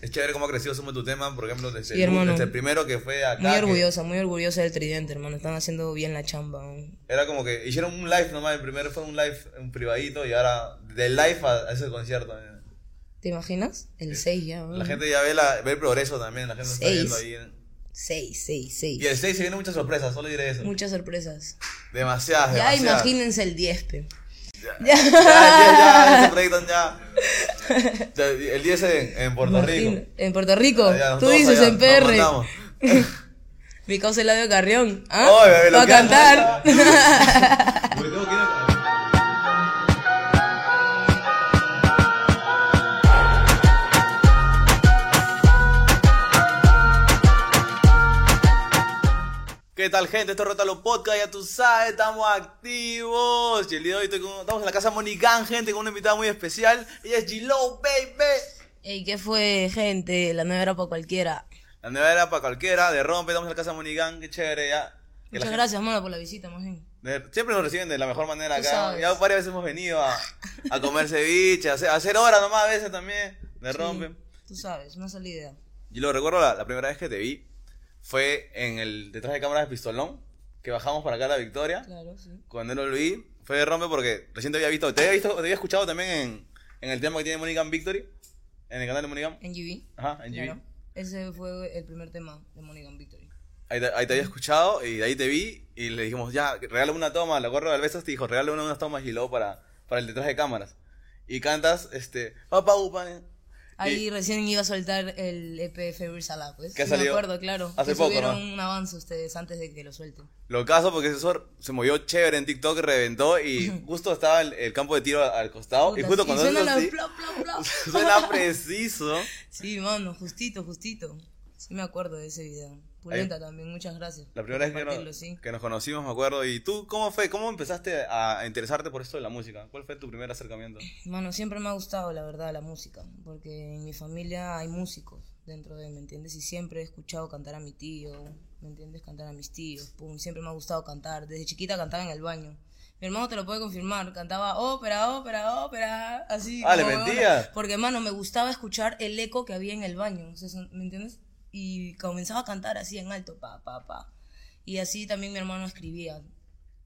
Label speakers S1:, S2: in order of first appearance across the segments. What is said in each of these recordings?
S1: Es chévere cómo ha crecido Somos tu tema, por ejemplo, desde,
S2: Sí,
S1: el,
S2: hermano.
S1: desde el primero que fue acá.
S2: Muy
S1: que
S2: orgullosa, muy orgullosa del tridente, hermano. Están haciendo bien la chamba. ¿no?
S1: Era como que hicieron un live nomás, el primero fue un live, un privadito, y ahora del live a, a ese concierto. eh.
S2: ¿Te imaginas? El 6 ya.
S1: La gente ya ve, la, ve el progreso también, la gente lo está viendo ahí. eh.
S2: 6, 6,
S1: Y
S2: 6.
S1: el 6 se vienen muchas sorpresas, solo diré eso.
S2: Muchas sorpresas.
S1: Demasiadas,
S2: Ya
S1: demasiadas.
S2: imagínense el 10, pe.
S1: Ya, ya, ya, se proyectan ya. Ya, El 10 en, en Puerto
S2: Imagina-
S1: Rico.
S2: En Puerto Rico.
S1: Allá,
S2: Tú
S1: todos
S2: dices
S1: allá,
S2: en
S1: nos
S2: PR.
S1: mandamos.
S2: Mi causa Eladio Carrión. ¿Ah?
S1: Oye, bebé, lo
S2: Va a
S1: que hace
S2: cantar.
S1: Porque tengo que ir a- ¿Qué tal, gente? Esto es Rótalo Podcast, ya tú sabes, estamos activos. Y el día de hoy estoy con- estamos en la casa Monicán, gente, con una invitada muy especial. Ella es G-Lo, baby.
S2: Ey, ¿qué fue, gente? La nueva era para cualquiera.
S1: La nueva era para cualquiera, de rompe, estamos en la casa Monicán, qué chévere, ya. Que la
S2: Muchas gracias, mano, por la visita, más bien.
S1: De- Siempre nos reciben de la mejor manera
S2: Tú
S1: acá.
S2: sabes.
S1: Ya varias veces hemos venido a, a comer ceviche, a hacer, a hacer horas nomás a veces también. Me rompen.
S2: Tú sabes, una salida.
S1: Y lo recuerdo la, la primera vez que te vi fue en el detrás de cámaras de Pistolón, que bajamos para acá a la Victoria.
S2: Claro, sí.
S1: Cuando lo vi, fue de rompe porque recién te había visto, te había visto, te había escuchado también en, en el tema que tiene Monigan Victory, en el canal de Monigan.
S2: En GB.
S1: Ajá, en GB.
S2: Claro. Ese fue el primer tema de Monigan Victory.
S1: Ahí te, ahí te había escuchado y de ahí te vi y le dijimos, ya, regálame una toma. La gorra del beso te dijo, regálame una- unas tomas y luego para, para el detrás de cámaras. Y cantas, este, papá upa. eh".
S2: Ahí
S1: Y-
S2: recién iba a soltar el E EP Fever Salah, pues.
S1: Que ha
S2: Sí,
S1: salido
S2: Me acuerdo, claro.
S1: hace
S2: que
S1: poco,
S2: subieron
S1: ¿no?
S2: un avance ustedes antes de que lo suelten.
S1: Lo caso porque eso se movió chévere en TikTok, reventó y justo estaba el, el campo de tiro al, al costado. y justo
S2: Puta, sí,
S1: cuando
S2: suena
S1: eso
S2: la
S1: sí,
S2: plop, plop, plop.
S1: suena preciso.
S2: Sí, mano, justito, justito. Sí me acuerdo de ese video. Pulenta también, muchas gracias.
S1: La primera vez
S2: por
S1: que
S2: compartirlo,
S1: nos,
S2: sí.
S1: que nos conocimos, me acuerdo. ¿Y tú cómo fue? ¿Cómo empezaste a interesarte por esto de la música? ¿Cuál fue tu primer acercamiento?
S2: Mano, siempre me ha gustado, la verdad, la música. Porque en mi familia hay músicos dentro de, ¿me entiendes? Y siempre he escuchado cantar a mi tío, ¿me entiendes? Cantar a mis tíos. Pum, siempre me ha gustado cantar. Desde chiquita cantaba en el baño. Mi hermano te lo puede confirmar, cantaba ópera, ópera, ópera, así.
S1: Ah, ¿le
S2: como,
S1: metías?
S2: Porque, mano, me gustaba escuchar el eco que había en el baño, o sea, son- ¿me entiendes? Y comenzaba a cantar así en alto, pa, pa, pa. Y así también mi hermano escribía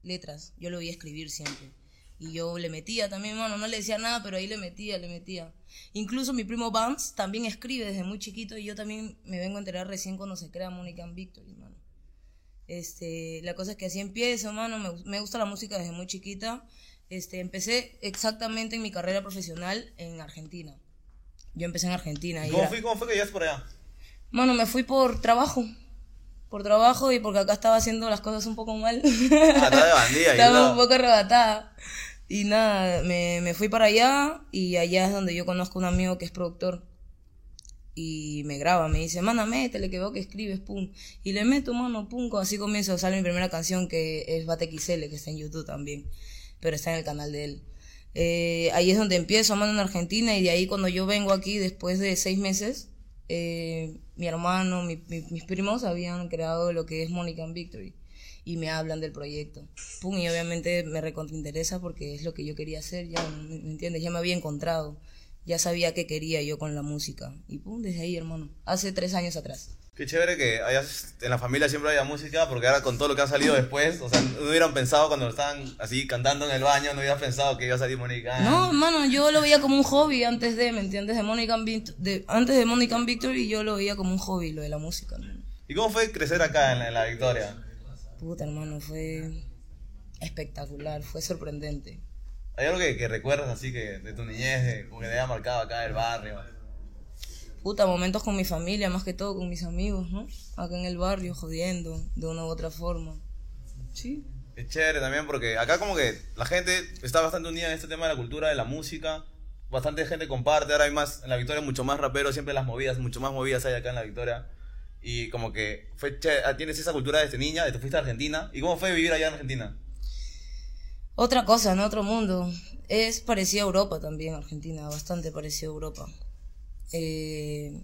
S2: letras, yo lo veía escribir siempre. Y yo le metía también, mano, no le decía nada, pero ahí le metía, le metía. Incluso mi primo Vance también escribe desde muy chiquito y yo también me vengo a enterar recién cuando se crea Monica and Victory, mano. Este, la cosa es que así empiezo, mano. Me, gu- me gusta la música desde muy chiquita. Este, empecé exactamente en mi carrera profesional en Argentina. Yo empecé en Argentina. y
S1: ¿Cómo
S2: era-
S1: fue, ¿Cómo fue que llegaste por allá?
S2: Mano, me fui por trabajo. Por trabajo y porque acá estaba haciendo las cosas un poco mal.
S1: Ah, estaba de bandida. y
S2: Estaba
S1: estaba-
S2: un poco arrebatada. Y nada, me, me fui para allá y allá es donde yo conozco a un amigo que es productor. Y me graba, me dice, mana, métele, que veo que escribes, pum. Y le meto, mano, pum, así comienzo. Sale mi primera canción que es Bate XL, que está en YouTube también, pero está en el canal de él. Eh, ahí es donde empiezo, mano, en Argentina. Y de ahí cuando yo vengo aquí, después de seis meses, eh, mi hermano, mi- mi- mis primos habían creado lo que es Monica and Victory y me hablan del proyecto. Pum, y obviamente me recontrainteresa porque es lo que yo quería hacer, ya, ¿me me entiendes? Ya me había encontrado, ya sabía qué quería yo con la música. Y pum, desde ahí, hermano, hace tres años atrás.
S1: Qué chévere que hayas, en la familia siempre haya música, porque ahora con todo lo que ha salido después, o sea, no hubieran pensado cuando estaban así cantando en el baño, no hubieras pensado que iba a salir Mónica.
S2: No, hermano, yo lo veía como un hobby antes de, ¿me entiendes? De Monica and Vict- de, antes de Monica and Victory yo lo veía como un hobby, lo de la música, hermano.
S1: ¿Y cómo fue crecer acá en la, en la Victoria?
S2: Puta, hermano, fue espectacular, fue sorprendente.
S1: ¿Hay algo que, que recuerdas así que de tu niñez, de, como que te haya marcado acá en el barrio?
S2: puta, momentos con mi familia, más que todo con mis amigos, ¿no? Acá en el barrio, jodiendo, de una u otra forma. Sí.
S1: Es chévere también porque acá como que la gente está bastante unida en este tema de la cultura, de la música, bastante gente comparte, ahora hay más, en la Victoria mucho más raperos, siempre las movidas, mucho más movidas hay acá en la Victoria. Y como que fue chévere, ah, tienes esa cultura desde niña, te fuiste a Argentina. ¿Y cómo fue vivir allá en Argentina?
S2: Otra cosa, en otro mundo. Es parecida a Europa también, Argentina, bastante parecida a Europa. Eh,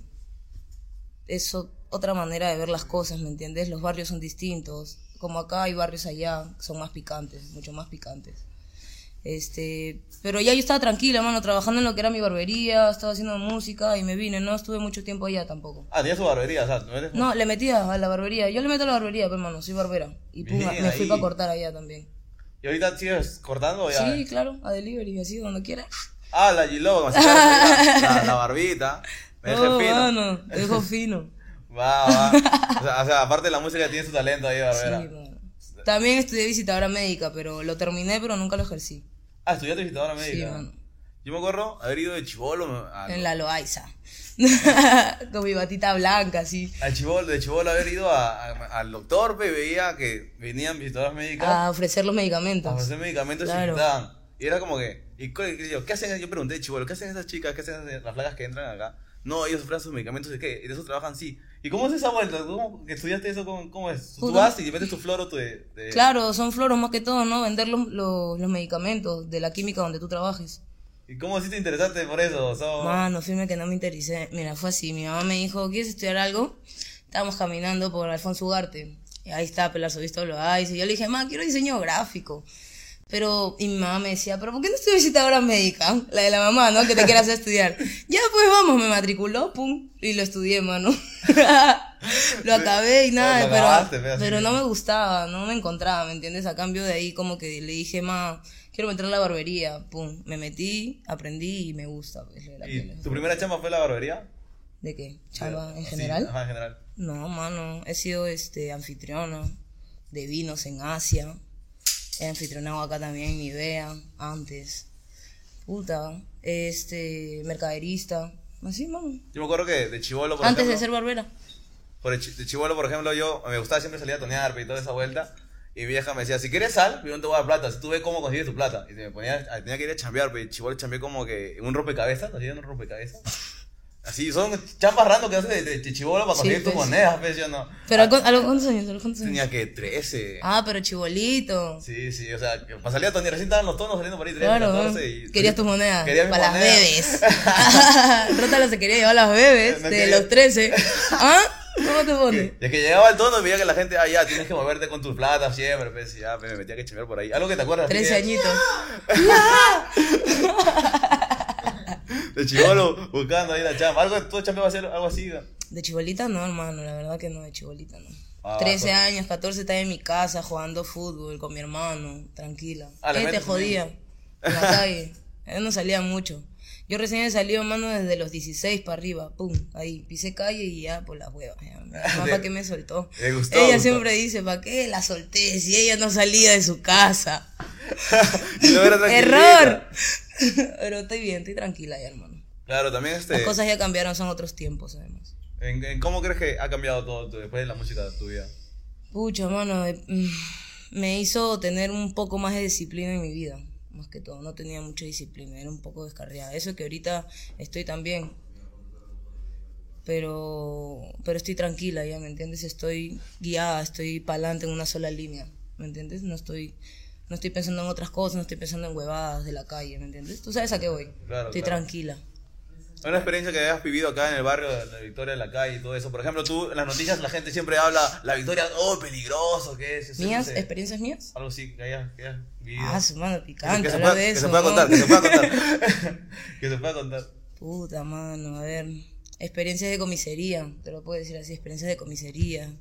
S2: es o- otra manera de ver las cosas, ¿me entiendes? Los barrios son distintos. Como acá hay barrios allá, son más picantes, mucho más picantes. Este, pero ya yo estaba tranquila, mano, trabajando en lo que era mi barbería, estaba haciendo música y me vine, no estuve mucho tiempo allá tampoco.
S1: Ah, tenía su barbería, o sea, no eres...
S2: No, le metía a la barbería, yo le meto a la barbería, pero hermano, soy barbera. Y pum,
S1: Bien,
S2: me fui
S1: ahí.
S2: para cortar allá también.
S1: ¿Y ahorita sigues cortando o ya?
S2: Sí, claro, a delivery, así, donde quiera.
S1: Ah, la Gilo, como si fuera la, la barbita. Me dejé
S2: oh,
S1: fino.
S2: mano, te dejo fino.
S1: Va, va. O sea, o sea, aparte de la música tiene su talento ahí,
S2: Sí,
S1: barbera.
S2: mano. También estudié visitadora médica, pero lo terminé, pero nunca lo ejercí.
S1: Ah, estudiaste visitadora médica.
S2: mano.
S1: Yo me acuerdo haber ido de chivolo. me- A,
S2: En la Loaiza. Con mi batita blanca, así.
S1: al chibolo- de chivolo haber ido a- a- al doctor, pe, y veía que venían visitadoras médicas
S2: A ofrecer los
S1: a
S2: medicamentos.
S1: ofrecer medicamentos y
S2: Ah, Claro.
S1: invitaban. Y era como que, y co- y yo, ¿qué hacen? Yo pregunté, chivolo, ¿qué hacen esas chicas? ¿Qué hacen esas- las flacas que entran acá? No, ellos ofrecen sus medicamentos y qué, y de eso trabajan sí. ¿Y cómo es esa vuelta? ¿Cómo que estudiaste eso? ¿Cómo, cómo es? Tú
S2: Puta.
S1: vas y metes tu floro tu de, de-
S2: Claro, son floros más que todo, ¿no? Vender los, los, los medicamentos de la química donde tú trabajes.
S1: ¿Y cómo hiciste interesante por eso? O sea,
S2: Mano, firme que no me interesé. Mira, fue así. Mi mamá me dijo, ¿quieres estudiar algo? Estábamos caminando por Alfonso Ugarte. Y ahí estaba Pelarzo Visto lo hay. Y yo le dije, mamá, quiero diseño gráfico. Pero, y mi mamá me decía, ¿pero por qué no estudias visitadora médica? La de la mamá, ¿no? Que te quieras estudiar. Ya, pues vamos, me matriculó, pum. Y lo estudié, mano. lo acabé y nada,
S1: Lo
S2: pero,
S1: acabaste, ve, así
S2: pero
S1: que-
S2: no me gustaba, no me encontraba, ¿me entiendes? A cambio de ahí como que le dije, ma, quiero meter la barbería, pum, me metí, aprendí y me gusta. Pues, lo de la
S1: ¿Y
S2: piel.
S1: tu primera chamba fue la barbería?
S2: ¿De qué? ¿Chamba en
S1: Sí,
S2: general?
S1: ajá, en general.
S2: No, mano, he sido este anfitriona de vinos en Asia. He anfitrionado acá también en Nivea, antes. Puta, este, mercaderista. Así, mano.
S1: Yo me acuerdo que de chivolo, por
S2: Antes de
S1: ejemplo,
S2: ser barbera.
S1: por el chi- de chivolo, por ejemplo, yo me gustaba siempre salir a tonear pe, y toda esa vuelta. Y mi vieja me decía, si quieres sal, yo no te voy a dar plata. Si tú ves cómo consigues tu plata. Y se me ponía, a- tenía que ir a chambear, pero chivolo chambeé como que en un rompecabezas, así en un rompecabezas. Así, son chambas random que haces de, de- de chivolo para
S2: Sí,
S1: conseguir tus
S2: pues.
S1: monedas, pues, yo no.
S2: Pero,
S1: Ah,
S2: ¿a cu- a los cuántos años? ¿A los cuántos años?
S1: tenía que 13.
S2: Ah, pero chibolito.
S1: Sí, sí, o sea, que para salir a tonear, recién estaban los tonos saliendo por ahí, 13,
S2: Claro,
S1: 14.
S2: ¿eh?
S1: Y,
S2: querías tus monedas
S1: Quería mis
S2: para las
S1: monedas.
S2: bebés. Rótala se quería llevar las bebés
S1: Me
S2: de
S1: quería-
S2: los 13. ¿Ah? ¿Cómo te pones?
S1: Que- Es que llegaba el tono y veía que la gente, ah, ya, tienes que moverte con tus platas siempre, pues, y ya, me metía que chambear por ahí. Algo que te acuerdas. así
S2: 13
S1: de-
S2: añitos.
S1: De chivolo, buscando ahí la chamba. Algo, tú chambeaba hacer algo así. ¿no?
S2: De chibolita no, hermano, la verdad que no, de chibolita no.
S1: Ah,
S2: 13
S1: con-
S2: años, 14 estaba en mi casa jugando fútbol con mi hermano, tranquila.
S1: Ah, le
S2: ¿Qué te
S1: metes
S2: jodía? En la calle. Yo no salía mucho. Yo recién he salido, hermano, desde los 16 para arriba. Pum, ahí pisé calle y ya por las huevas. Ya. Mi mamá
S1: Le-
S2: para qué me soltó.
S1: le gustó,
S2: ella
S1: gustó.
S2: siempre dice, ¿para qué la solté si ella no salía de su casa?
S1: Y luego era tranquilita.
S2: ¡Error! Pero estoy bien, estoy tranquila ya, hermano.
S1: Claro, también
S2: Las
S1: este.
S2: cosas ya cambiaron, son otros tiempos, además.
S1: En, en ¿Cómo crees que ha cambiado todo tú, después de la música de tu vida?
S2: Pucha, mano, eh, mm, me hizo tener un poco más de disciplina en mi vida, más que todo. No tenía mucha disciplina, era un poco descarriada. Eso que ahorita estoy también. Pero, pero estoy tranquila, ¿ya me entiendes? Estoy guiada, estoy pa'lante en una sola línea, ¿me entiendes? No estoy, no estoy pensando en otras cosas, no estoy pensando en huevadas de la calle, ¿me entiendes? Tú sabes a qué voy.
S1: Claro,
S2: estoy
S1: claro.
S2: tranquila.
S1: Una experiencia que hayas vivido acá en el barrio de la Victoria, en la calle y todo eso. Por ejemplo, tú, en las noticias la gente siempre habla, la Victoria, oh, peligroso, ¿qué es? Eso,
S2: ¿Mías?
S1: no sé.
S2: ¿Experiencias mías?
S1: Algo así que hayas, que hayas vivido.
S2: Ah, su mano
S1: que,
S2: picante,
S1: se
S2: hablar
S1: pueda, que
S2: de eso.
S1: se pueda
S2: ¿no?
S1: contar, que se pueda contar. que se pueda contar.
S2: Puta mano, a ver. Experiencias de comisaría, te lo puedo decir así, experiencias de comisaría,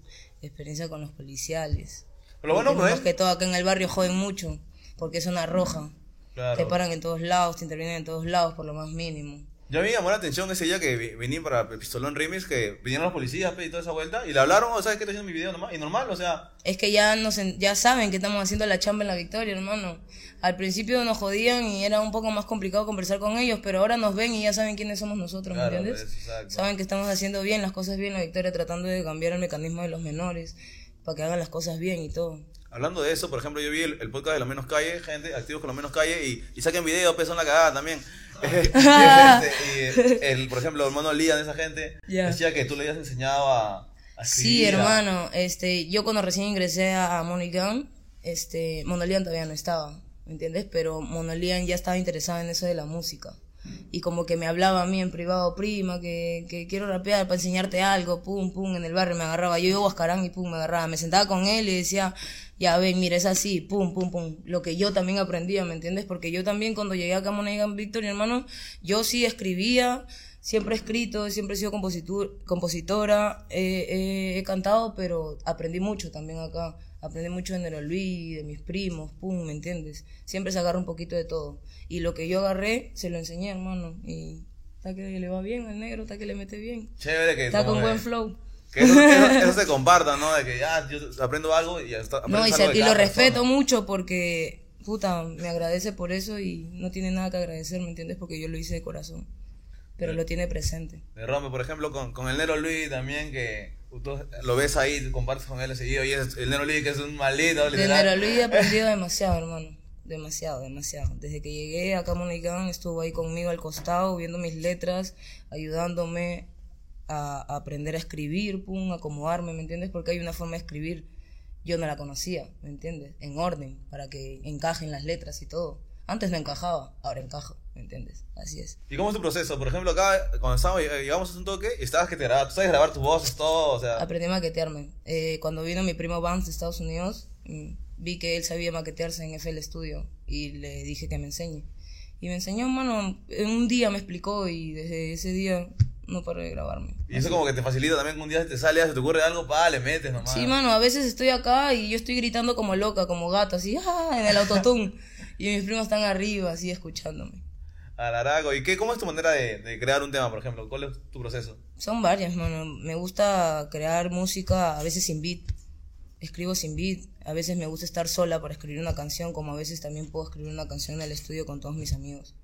S2: experiencia con los policiales.
S1: Pero bueno,
S2: Porque
S1: pues.
S2: más que todo acá en el barrio joden mucho, porque es una roja. Te
S1: Claro.
S2: paran en todos lados, te intervienen en todos lados por lo más mínimo.
S1: Yo a mí me llamó la atención ese día que vi- vení para Pistolón Remix, que vinieron los policías pe, y toda esa vuelta, y le hablaron, o sea, es que estoy haciendo mi video nomás, y normal, o sea,
S2: Es que ya nos en- ya saben que estamos haciendo la chamba en la victoria, hermano. Al principio nos jodían y era un poco más complicado conversar con ellos, pero ahora nos ven y ya saben quiénes somos nosotros, ¿me
S1: Claro,
S2: entiendes?
S1: pues, exacto.
S2: saben que estamos haciendo bien las cosas bien en la victoria, tratando de cambiar el mecanismo de los menores para que hagan las cosas bien y todo.
S1: hablando de eso, por ejemplo, yo vi el, el podcast de Los Menos Calle, gente, activos con Los Menos Calle, y, y saquen video, pues son la cagada también. Y, este, y el, por ejemplo, el hermano Lian de esa gente,
S2: Ya.
S1: decía que tú le habías enseñado a, a
S2: Sí,
S1: escribir, a-
S2: hermano. Este, yo cuando recién ingresé a Monolian, este, Monolian todavía no estaba, ¿me entiendes? Pero Monolian ya estaba interesado en eso de la música. Y como que me hablaba a mí en privado, prima, que, que quiero rapear para enseñarte algo, pum, pum, en el barrio me agarraba. Yo iba a Huascarán y pum, me agarraba. Me sentaba con él y decía, ya ven, mira, es así, pum, pum, pum. Lo que yo también aprendía, ¿me entiendes? Porque yo también cuando llegué acá a Monegan Victoria, hermano, yo sí escribía, siempre he escrito, siempre he sido compositor, compositora, eh, eh, he cantado, pero aprendí mucho también acá. Aprendí mucho de Nero Luis, de mis primos, pum, ¿me entiendes? Siempre se agarra un poquito de todo. Y lo que yo agarré, se lo enseñé, hermano. Y está que le va bien al negro, está que le mete bien.
S1: Chévere que...
S2: Está
S1: como
S2: con
S1: que-
S2: buen flow.
S1: Que eso, eso- eso se comparta, ¿no? De que ya yo aprendo algo y hasta
S2: No, y,
S1: aprendes
S2: se-
S1: algo de
S2: y lo
S1: cada
S2: respeto
S1: persona.
S2: mucho porque, puta, me agradece por eso y no tiene nada que agradecer, ¿me entiendes? Porque yo lo hice de corazón. Pero lo tiene presente.
S1: Me rompe, por ejemplo, con, con el Nero Luis también, que tú lo ves ahí, tú compartes con él seguido, y es el Nero Luis que es un maldito,
S2: De
S1: literal.
S2: Nero Luis he aprendido demasiado, hermano. Demasiado, demasiado. Desde que llegué acá a Monicán, estuvo ahí conmigo al costado, viendo mis letras, ayudándome a, a aprender a escribir, pum, acomodarme, ¿me entiendes? Porque hay una forma de escribir. Yo no la conocía, ¿me entiendes? En orden, para que encajen las letras y todo. Antes no encajaba, ahora encajo, ¿me entiendes? Así es.
S1: ¿Y cómo es tu proceso? Por ejemplo, acá, cuando estábamos, eh, llegamos a un toque y estabas que te grababas, tú sabes grabar tus voces, todo, o sea,
S2: Aprendí a maquetearme. Eh, cuando vino mi primo Vance de Estados Unidos, mm, vi que él sabía maquetearse en FL Studio y le dije que me enseñe. Y me enseñó, mano, en un día me explicó y desde ese día no paré de grabarme.
S1: y eso como que te facilita también que un día se te sale, se te ocurre algo, pa, le metes nomás.
S2: Sí, mano, a veces estoy acá y yo estoy gritando como loca, como gato, así, ¡ah! en el autotune. y mis primos están arriba, así, escuchándome.
S1: Al harago. ¿Y qué, cómo es tu manera de, de crear un tema, por ejemplo? ¿Cuál es tu proceso?
S2: Son varias, mano. Me gusta crear música a veces sin beat. Escribo sin beat. A veces me gusta estar sola para escribir una canción, como a veces también puedo escribir una canción en el estudio con todos mis amigos.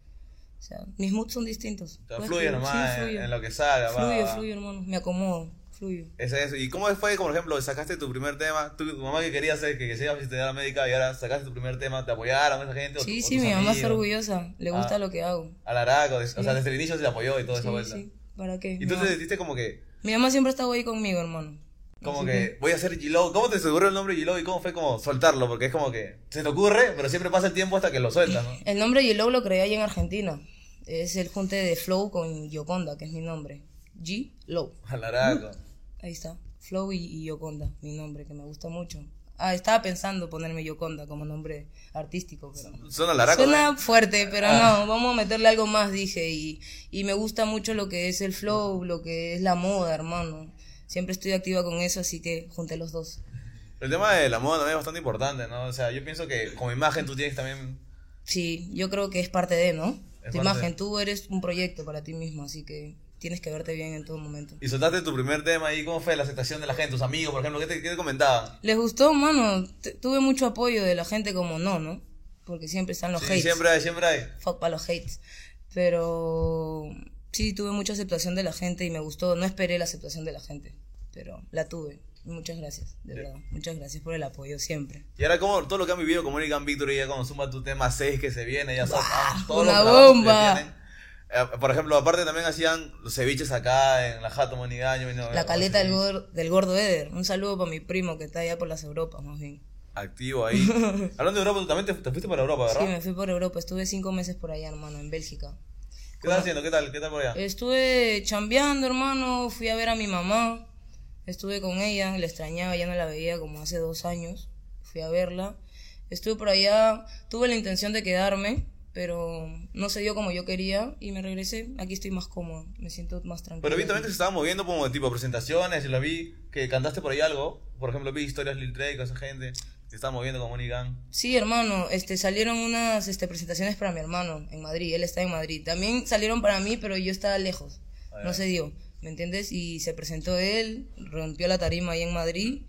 S2: O sea, mis moods son distintos.
S1: O sea,
S2: Puedo
S1: fluye
S2: escribir-
S1: nomás
S2: Pues sí,
S1: en-
S2: fluyo.
S1: en, lo que salga, va,
S2: Fluyo,
S1: va.
S2: fluyo, hermano. Me acomodo, fluyo.
S1: Es eso. ¿Y cómo fue, por ejemplo, sacaste tu primer tema? Tú, tu mamá que quería hacer que, que se iba a visitar a la médica y ahora sacaste tu primer tema, ¿te apoyaron esa gente? o
S2: Sí,
S1: tu- o
S2: sí,
S1: tus
S2: mi mamá está
S1: amigos?
S2: orgullosa. Le gusta
S1: Ah.
S2: lo que hago.
S1: Al harago, o sea, desde el inicio se le apoyó y pues, toda esa
S2: Sí,
S1: vuelta.
S2: sí. ¿Para qué?
S1: Y
S2: Mi
S1: tú te
S2: mamá-
S1: sentiste como que,
S2: Mi mamá siempre ha estado ahí conmigo, hermano.
S1: como que voy a hacer G-Low. ¿Cómo te aseguró el nombre G-Low y cómo fue como soltarlo? Porque es como que se te ocurre, pero siempre pasa el tiempo hasta que lo sueltas, ¿no?
S2: El nombre G-Low lo creé allí en Argentina. Es el junte de Flow con Yoconda, que es mi nombre. G-Low.
S1: Al harago.
S2: Ahí está. Flow y, y Yoconda, mi nombre, que me gusta mucho. Ah, estaba pensando ponerme Yoconda como nombre artístico, pero...
S1: Suena al harago. ¿no?
S2: Suena fuerte, pero
S1: Ah.
S2: no, vamos a meterle algo más, dije. Y, y me gusta mucho lo que es el flow, lo que es la moda, hermano. Siempre estoy activa con eso, así que junté los dos.
S1: El tema de la moda también es bastante importante, ¿no? O sea, yo pienso que como imagen tú tienes también
S2: Sí, yo creo que es parte de, ¿no?
S1: Es parte.
S2: tu imagen, tú eres un proyecto para ti mismo, así que tienes que verte bien en todo momento.
S1: Y soltaste tu primer tema y ¿cómo fue la aceptación de la gente? Tus amigos, por ejemplo, ¿qué te, qué te comentaban?
S2: Les gustó, mano. T- tuve mucho apoyo de la gente como no, ¿no? Porque siempre están los
S1: Sí,
S2: hates.
S1: siempre hay, siempre hay.
S2: Fuck para los hates. Pero sí, tuve mucha aceptación de la gente y me gustó. No esperé la aceptación de la gente, pero la tuve. Muchas gracias, de verdad. Muchas gracias por el apoyo siempre.
S1: Y ahora como todo lo que han vivido como Erican Victory, ya cuando suma tu tema 6 que se viene, ya son ah, todos
S2: una
S1: los trabajos que
S2: bomba.
S1: tienen. Eh, por ejemplo, aparte también hacían los ceviches acá en la Jato Monigaño. y no-
S2: La caleta
S1: eh,
S2: del gordo, del gordo Eder. Un saludo para mi primo que está allá por las Europas, más bien.
S1: Activo ahí. Hablando de Europa, tú también te, te fuiste para Europa,
S2: Sí,
S1: ¿verdad?
S2: me fui por Europa. Estuve cinco meses por allá, hermano, en Bélgica.
S1: ¿Qué estás haciendo? ¿Qué tal? ¿Qué tal por allá?
S2: Eh, Estuve chambeando, hermano, fui a ver a mi mamá, estuve con ella, la extrañaba, ya no la veía como hace dos años, fui a verla, estuve por allá, tuve la intención de quedarme, pero no se dio como yo quería y me regresé, aquí estoy más cómoda, me siento más tranquila.
S1: Pero vi también que se estaban moviendo como tipo presentaciones y lo vi que cantaste por ahí algo. Por ejemplo, vi historias Lil Drake con esa gente. Se estaban moviendo como Monigan.
S2: Sí, hermano, este, salieron unas este, presentaciones para mi hermano en Madrid, él está en Madrid. También salieron para mí, pero yo estaba lejos,
S1: Ah,
S2: no se dio, ¿me entiendes? Y se presentó él, rompió la tarima ahí en Madrid,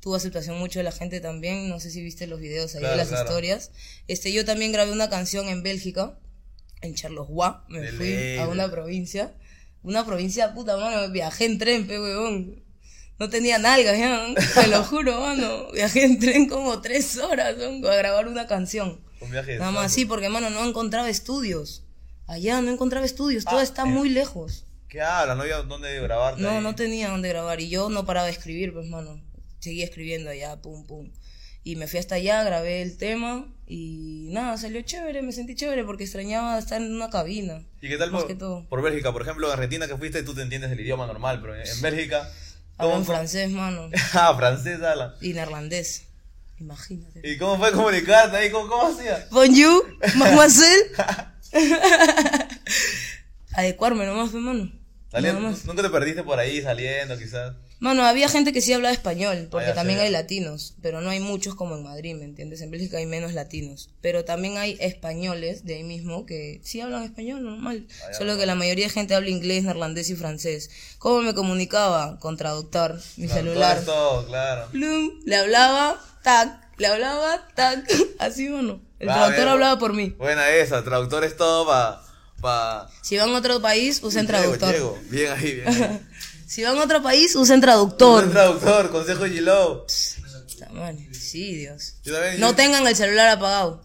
S2: tuvo aceptación mucho de la gente también, no sé si viste los videos ahí,
S1: Claro,
S2: las
S1: claro.
S2: historias. Este, yo también grabé una canción en Bélgica, en Charleroi, me
S1: De
S2: fui
S1: ley,
S2: a
S1: de-
S2: una provincia, una provincia puta mano, viajé en tren, pe huevón. No tenía nalgas, ya, ¿no? te lo juro, mano. Viajé en tren como tres horas, ¿no? a grabar una canción.
S1: Un viaje de
S2: Nada más
S1: sapo.
S2: sí, porque, mano, no encontraba estudios. Allá no encontraba estudios, todo
S1: Ah,
S2: está
S1: eh.
S2: muy lejos.
S1: ¿Qué hablas? No había dónde grabarte.
S2: No,
S1: ahí.
S2: no tenía dónde grabar y yo no paraba de escribir, pues, mano. Seguía escribiendo allá, pum, pum. Y me fui hasta allá, grabé el tema y nada, salió chévere, me sentí chévere porque extrañaba estar en una cabina.
S1: ¿Y qué tal
S2: Más
S1: por,
S2: que todo.
S1: por Bélgica? Por ejemplo, en Argentina que fuiste, tú te entiendes el idioma normal, pero en en Bélgica.
S2: Hablo en
S1: ¿cómo fue?
S2: francés, mano,
S1: ah, francés, ala.
S2: y neerlandés. Imagínate.
S1: ¿Y cómo fue comunicarte ahí? ¿Cómo, cómo hacías?
S2: Bonjour, mademoiselle. Adecuarme nomás, fe, mano.
S1: Saliendo-
S2: Nada más.
S1: ¿Nunca te perdiste por ahí saliendo, quizás?
S2: Mano, había gente que sí hablaba español, porque
S1: Ah, ya,
S2: también
S1: sí, ya.
S2: hay latinos, pero no hay muchos como en Madrid, ¿me entiendes? En Bélgica hay menos latinos, pero también hay españoles de ahí mismo que sí hablan español normal,
S1: ya,
S2: solo que la mayoría de gente habla inglés, neerlandés y francés. ¿Cómo me comunicaba? Con traductor, mi
S1: Claro,
S2: celular.
S1: Todo, es todo, claro.
S2: Plum, le hablaba, tac, le hablaba, tac, así mano. El
S1: Ah,
S2: traductor
S1: bien.
S2: hablaba por mí.
S1: Buena esa, traductor es todo para... Pa...
S2: Si van a otro país, usen
S1: Diego,
S2: traductor.
S1: Diego, Bien ahí, bien ahí.
S2: Si van a otro país, usen traductor.
S1: Un traductor, consejo Giló.
S2: Puta madre, Sí, Dios.
S1: Yo también...
S2: No tengan el celular apagado.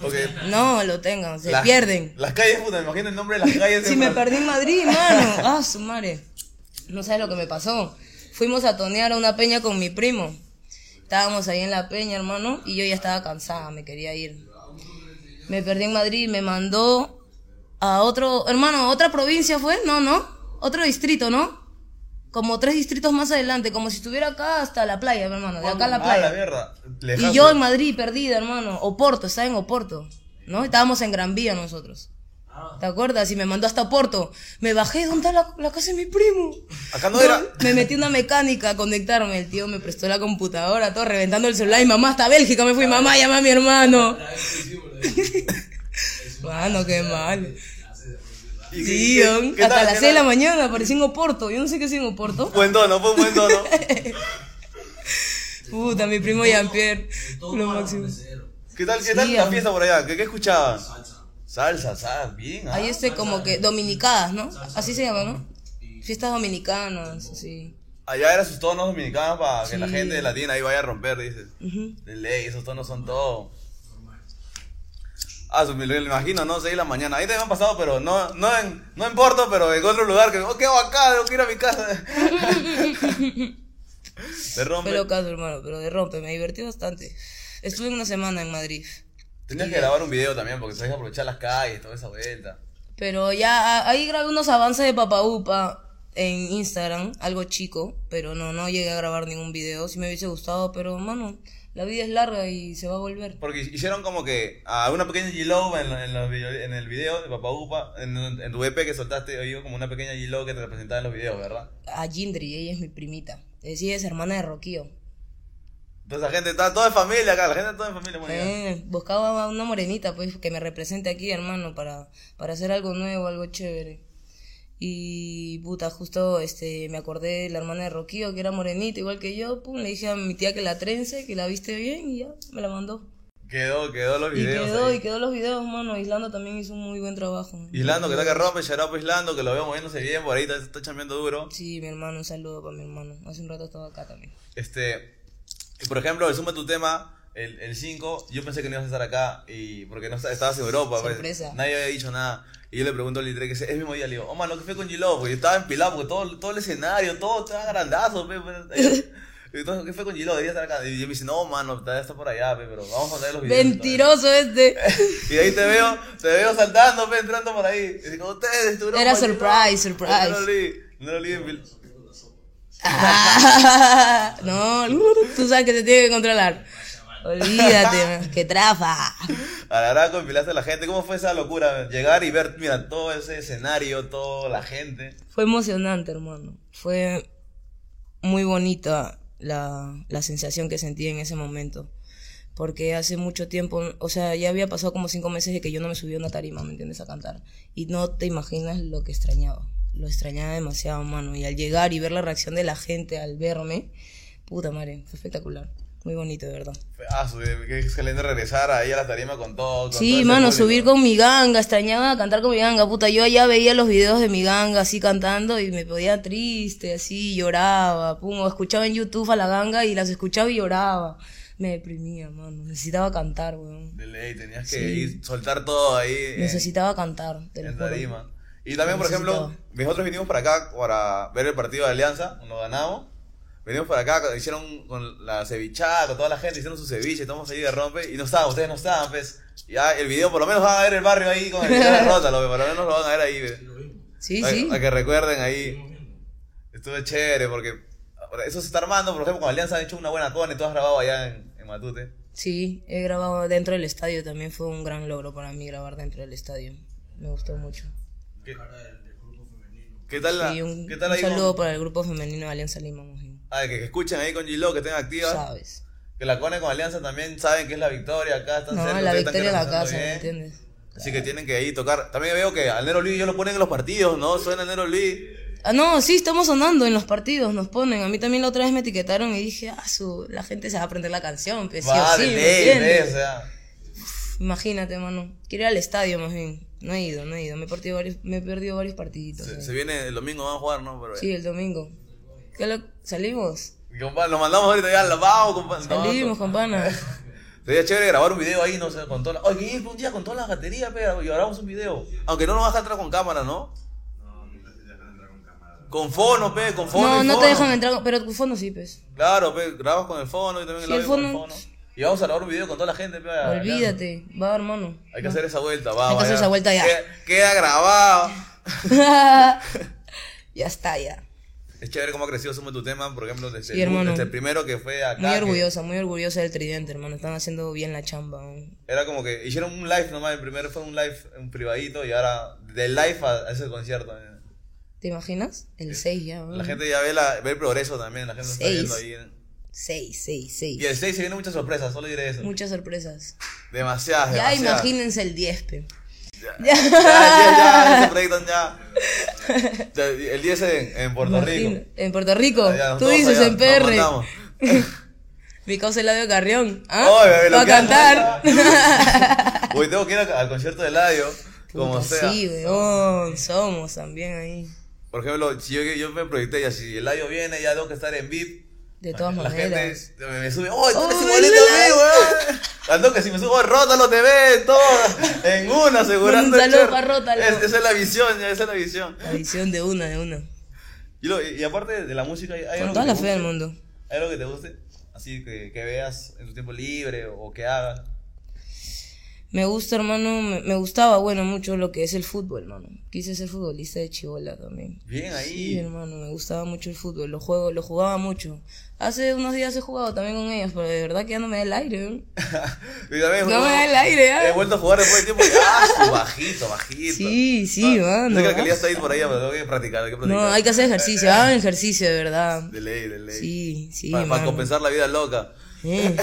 S1: porque
S2: No lo tengan, se
S1: las-
S2: pierden.
S1: Las calles, puta, me imagino el nombre de las calles.
S2: Si
S1: en
S2: me
S1: Fran-
S2: perdí en Madrid, mano. Ah, su madre. No sabes lo que me pasó. Fuimos a tonear a una peña con mi primo. Estábamos ahí en la peña, hermano, y yo ya estaba cansada, me quería ir. Me perdí en Madrid, me mandó a otro, hermano, ¿a otra provincia fue, no, no, otro distrito, ¿no? Como tres distritos más adelante, como si estuviera acá hasta la playa, mi hermano, de acá a la
S1: Ah, la
S2: playa.
S1: mierda.
S2: Y yo en Madrid perdida, hermano. Oporto, estaba en Oporto. ¿No? Estábamos en Gran Vía nosotros.
S1: Ah.
S2: ¿Te acuerdas? Y me mandó hasta Oporto. Me bajé, ¿dónde está la, la casa de mi primo?
S1: Acá no era...
S2: Me metí en una mecánica a conectarme. El tío me prestó la computadora, todo reventando el celular. Y mamá hasta Bélgica me fui.
S1: Ah.
S2: Mamá, llama a mi hermano. Mano, qué mal.
S1: Ah, ¿Y
S2: Sí,
S1: qué-
S2: don.
S1: qué
S2: hasta
S1: tal,
S2: las
S1: qué
S2: 6 de la
S1: tal?
S2: mañana aparecí en Oporto. Yo no sé qué es en Oporto.
S1: Buen tono, fue un buen tono.
S2: Puta, mi primo Jean-Pierre. Lo máximo.
S1: ¿Qué tal, qué
S2: Sí,
S1: tal la
S2: am-
S1: fiesta por allá? ¿Qué, qué escuchaban? Salsa. Salsa, sal, bien. ah.
S2: Hay este como que dominicadas, ¿no? Así se llama, ¿no? Fiestas dominicanas, así.
S1: Allá eran sus tonos dominicanos para que la
S2: Sí.
S1: gente latina ahí vaya a romper, dices.
S2: Ujú.
S1: De ley, esos tonos son todo. Ah, su- me lo me imagino, ¿no? 6 de la mañana. Ahí también han pasado, pero no, no, en, no en Porto, pero en otro lugar. Que, oh, ¿qué hago acá? Tengo que ir a mi casa. Te rompe.
S2: Fue locazo, hermano, pero de rompe, me divertí bastante. Estuve una semana en Madrid,
S1: Tenías que grabar un video también porque sabes aprovechar las calles, toda esa vuelta.
S2: pero ya a- ahí grabé unos avances de Papa Upa en Instagram, algo chico, pero no, no llegué a grabar ningún video, si me hubiese gustado, pero mano, la vida es larga y se va a volver.
S1: Porque hicieron como que a una pequeña G-Low en, en los video- en el video de Papá Upa, en, en tu EP que soltaste, oí como una pequeña G-Low que te representaba en los videos, ¿verdad?
S2: A Gindri, ella es mi primita, es, ella es hermana de Roquío.
S1: Entonces la gente está toda en familia acá, la gente está toda en familia. Bueno, ya.
S2: Eh, buscaba una morenita pues que me represente aquí, hermano, para, para hacer algo nuevo, algo chévere. Y puta, justo este me acordé de la hermana de Roquío, que era morenita, igual que yo, pum, le dije a mi tía que la trence, que la viste bien, y ya, me la mandó.
S1: Quedó, quedó los
S2: Y
S1: videos.
S2: quedó,
S1: ahí.
S2: y quedó los videos, mano. Islando también hizo un muy buen trabajo.
S1: Islando, que está que rompe, Sharap Islando, que lo veo moviéndose bien, por ahí está, está chambeando duro.
S2: Sí, mi hermano, un saludo para mi hermano. Hace un rato estaba acá también.
S1: Este, y por ejemplo, el suma tu tema, el el 5, yo pensé que no ibas a estar acá, y porque no está- estabas en Europa, pues,
S2: Sorpresa.
S1: nadie había dicho nada. Y yo le pregunto al Litre que es el mismo día, le digo, oh mano, ¿qué fue con Giló? Porque estaba empilado, porque todo, todo el escenario, todo estaba grandazo, pe, pe. Y entonces, ¿qué fue con Giló? Debería estar acá. Y yo me dice, no, mano, todavía está por allá, pe, pero vamos a ver los videos.
S2: Mentiroso este.
S1: Y ahí te veo, te veo saltando, pe, entrando por ahí. Y digo, ustedes, tú
S2: Era
S1: Giló".
S2: surprise, surprise.
S1: No lo leí, no lo leí en pil-
S2: Ah, no, tú sabes que se tiene que controlar. Olvídate, man, que trafa.
S1: A la hora compilaste a la gente, ¿cómo fue esa locura? Llegar y ver, mira, todo ese escenario, toda la gente.
S2: Fue emocionante, hermano. Fue muy bonita la, la sensación que sentí en ese momento. Porque hace mucho tiempo, o sea, ya había pasado como cinco meses de que yo no me subía a una tarima, ¿me entiendes? A cantar. Y no te imaginas lo que extrañaba. Lo extrañaba demasiado, mano. Y al llegar y ver la reacción de la gente al verme, puta madre, fue espectacular. Muy bonito, de verdad.
S1: Fue- Ah, su- qué excelente regresar ahí a la tarima con todo. con todo
S2: Sí,
S1: ese
S2: mano,
S1: público.
S2: subir con mi ganga, extrañaba cantar con mi ganga, puta, yo allá veía los videos de mi ganga así cantando y me podía triste, así, lloraba, pum, o escuchaba en YouTube a la ganga y las escuchaba y lloraba. Me deprimía, mano, necesitaba cantar, weón.
S1: De ley, tenías que
S2: Sí.
S1: ir, soltar todo ahí en-
S2: Necesitaba cantar, te
S1: en,
S2: lo juro.
S1: tarima. Y también, por ejemplo,
S2: Necesitaba.
S1: nosotros vinimos para acá para ver el partido de Alianza, nos ganamos. Venimos para acá, hicieron con la cevichada, con toda la gente, hicieron su ceviche, estamos ahí de rompe y no estaban, ustedes no estaban, pues. Ya el video, por lo menos van a ver el barrio ahí con el video de Rótalo, pe, por lo menos lo van a ver ahí, pe.
S2: Sí,
S1: Ay,
S2: sí.
S1: A que recuerden ahí. Estuvo chévere porque ahora, eso se está armando. Por ejemplo, con Alianza han hecho una buena cone. Tú has grabado allá en, en Matute.
S2: Sí, he grabado dentro del estadio, también fue un gran logro para mí grabar dentro del estadio. Me gustó mucho.
S1: ¿Qué, ¿Qué tal, la-
S2: Y un,
S1: Ah, ¿qué tal
S2: un
S1: ahí? con-
S2: saludo para el grupo femenino de Alianza Lima Mujín.
S1: ah, que, que escuchen ahí con Gilo, que estén activas.
S2: Sabes.
S1: Que la cone con Alianza también saben que es la victoria. Acá están
S2: No,
S1: cerca,
S2: la
S1: ustedes están
S2: victoria de la
S1: conociendo
S2: casa,
S1: bien.
S2: ¿me entiendes?
S1: Así que tienen que ahí tocar. También veo que al Nero Lee ellos lo ponen en los partidos, ¿no? Suena Nero Lee.
S2: Ah, no, sí, estamos sonando en los partidos, nos ponen. A mí también la otra vez me etiquetaron y dije, ah, su, la gente se va a aprender la canción, pues, sí o
S1: Va,
S2: sí,
S1: de
S2: ¿me
S1: ley,
S2: entiendes?
S1: de- o sea.
S2: Imagínate, mano. Quiero ir al estadio más bien. No he ido, no he ido. Me he, partido varios, me he perdido varios partiditos.
S1: Se,
S2: eh.
S1: se viene el domingo, van a jugar, ¿no? Pero, eh,
S2: Sí, el domingo. ¿Qué lo- ¿Salimos?
S1: Compa- Lo mandamos ahorita ya, la- vamos, compadre.
S2: Salimos, compana.
S1: Sería chévere grabar un video ahí, no sé, con toda la... Oye, un día con toda la batería, pero y grabamos un video. Aunque no nos vas a entrar con cámara, ¿no? Con fono, pe, con fono.
S2: No,
S1: y
S2: no te
S1: fono.
S2: dejan entrar, pero tu fondo sí, pues.
S1: Claro, pe, grabas con el fono y también
S2: Sí,
S1: el
S2: el
S1: audio con el
S2: fono.
S1: fono. Y vamos a grabar un video con toda la gente, pe. acá.
S2: Olvídate, va, hermano.
S1: Hay que hacer esa vuelta, va.
S2: Hay que
S1: va,
S2: hacer esa vuelta ya.
S1: Queda, queda grabado.
S2: ya está, ya.
S1: Es chévere cómo ha crecido Sumo tu tema, por ejemplo, desde,
S2: Sí,
S1: el,
S2: hermano.
S1: desde el primero que fue acá.
S2: Muy
S1: que
S2: orgullosa, muy orgullosa del tridente, hermano. Están haciendo bien la chamba. ¿no?
S1: Era como que hicieron un live nomás, el primero fue un live, un privadito, y ahora del live a, a ese concierto. eh.
S2: ¿Te imaginas? El 6 ya,
S1: La gente ya ve, la, ve el progreso también, la gente lo está viendo ahí.
S2: 6, 6,
S1: Y
S2: 6.
S1: el 6 se vienen muchas sorpresas, solo diré eso.
S2: Muchas sorpresas.
S1: Demasiadas,
S2: Ya
S1: Ah, demasiadas.
S2: imagínense el 10, pe.
S1: Ya, ya, ya, se proyectan ya. Ya, El 10 en, en Puerto
S2: Imagina-
S1: Rico.
S2: En Puerto Rico.
S1: Ya, nos
S2: Tú
S1: vamos
S2: dices
S1: allá,
S2: en
S1: nos
S2: PR.
S1: mandamos.
S2: Mi causa Eladio Carrión. ¿Ah?
S1: Ay, bebé, lo
S2: Va a
S1: que hace.
S2: cantar.
S1: Uy, tengo que ir a- al concierto de Ladio, como
S2: Puta,
S1: sea.
S2: Sí, weón. Somos también ahí.
S1: Por ejemplo, si yo, yo me proyecté ya, si el Ladio viene, ya tengo que estar en VIP.
S2: De todas
S1: la
S2: maneras.
S1: gente me, me sube, ¡oh, tú eres
S2: Oh,
S1: igualito
S2: la-
S1: a mí, weón! Tanto que si me subo a Rótalo te ven todas, en una asegurando.
S2: Un
S1: el share.
S2: saludo pa' Rótalo.
S1: Es- esa es la visión, ya, esa es la visión.
S2: La visión de una, de una.
S1: Y, lo- y aparte de la música, ¿hay, hay
S2: Con
S1: algo,
S2: toda
S1: que
S2: la
S1: te
S2: fe del
S1: guste?
S2: mundo.
S1: ¿Hay algo que te guste? Así que, que veas en tu tiempo libre o, o que hagas.
S2: Me gusta, hermano. Me, me gustaba, bueno, mucho lo que es el fútbol, hermano. Quise ser futbolista de chivola también.
S1: Bien ahí.
S2: Sí, hermano, me gustaba mucho el fútbol, lo juego, lo jugaba mucho. Hace unos días he jugado también con ellas, pero de verdad que ya no me da el aire. ¿eh?
S1: Y también,
S2: No
S1: weón,
S2: me da el aire, ¿ah?
S1: He vuelto a jugar después de tiempo. ¡Ah, su bajito, bajito!
S2: Sí, sí, mano.
S1: Sé que la calidad está ahí por allá, pero tengo que practicar, hay que practicar.
S2: No, hay que hacer ejercicio, hagan ejercicio, de verdad.
S1: De ley, de ley.
S2: Sí, sí,
S1: para,
S2: mano.
S1: compensar la vida loca.
S2: Eh,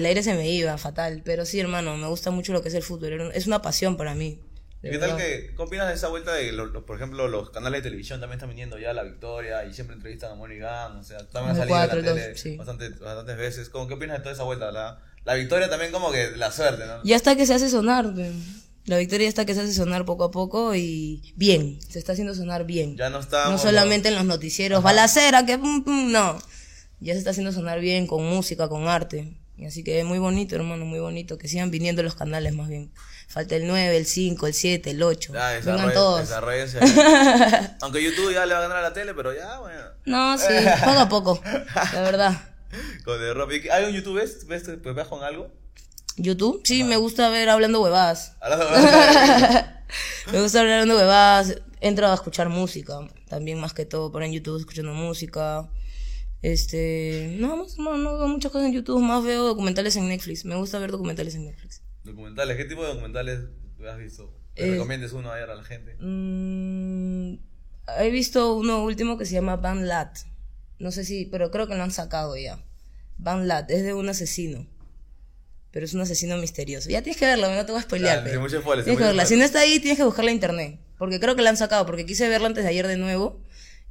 S2: El aire se me iba, fatal. Pero sí, hermano, me gusta mucho lo que es el fútbol. era un- Es una pasión para mí. de
S1: ¿Qué tal
S2: verdad.
S1: que, qué opinas de esa vuelta de, lo- lo- por ejemplo, los canales de televisión también están viniendo ya a La Victoria y siempre entrevistan a Moni Gang, o sea, también han
S2: Canal
S1: salido en la
S2: cuatro,
S1: tele
S2: dos, sí.
S1: bastante- bastantes veces. ¿Cómo, ¿Qué opinas de toda esa vuelta? La, la Victoria también como que la suerte, ¿no?
S2: Ya está que se hace sonar. pe. La victoria ya está que se hace sonar poco a poco y bien, se está haciendo sonar bien.
S1: Ya no estamos...
S2: No solamente en los noticieros, balacera, que pum, pum, no. Ya se está haciendo sonar bien con música, con arte. Y así que es muy bonito, hermano, muy bonito. Que sigan viniendo los canales más bien. Falta el 9, el 5, el 7, el 8.
S1: Ya,
S2: Vengan
S1: desarrollen-
S2: todos.
S1: desarrollense. Aunque YouTube ya le va a ganar a la tele, pero ya, bueno.
S2: No, sí, poco a poco, la verdad.
S1: Con el rap. ¿Hay un YouTube? ¿Ves? ¿Ves? ¿Pues ves con algo?
S2: YouTube, sí, me gusta ver hablando huevadas.
S1: Hablando-
S2: Me gusta hablar de huevadas. Entro a escuchar música. También, más que todo, por en YouTube escuchando música. Este. No, más, no, no veo muchas cosas en YouTube. Más veo documentales en Netflix. Me gusta ver documentales en Netflix.
S1: documentales. ¿Qué tipo de documentales has visto? ¿Te
S2: Eh,
S1: recomiendes uno ayer a la gente?
S2: Mm, he visto uno último que se llama Van Lat. No sé si, pero creo que lo han sacado ya. Van Lat es de un asesino. Pero es un asesino misterioso. Ya tienes que verlo, no te voy a spoilear.
S1: Ya,
S2: pe.
S1: sin mucho spoiler, sin
S2: tienes que
S1: mucho
S2: verla. Si
S1: spoiler.
S2: no está ahí, tienes que buscarla en internet. Porque creo que la han sacado, porque quise verla antes de ayer de nuevo.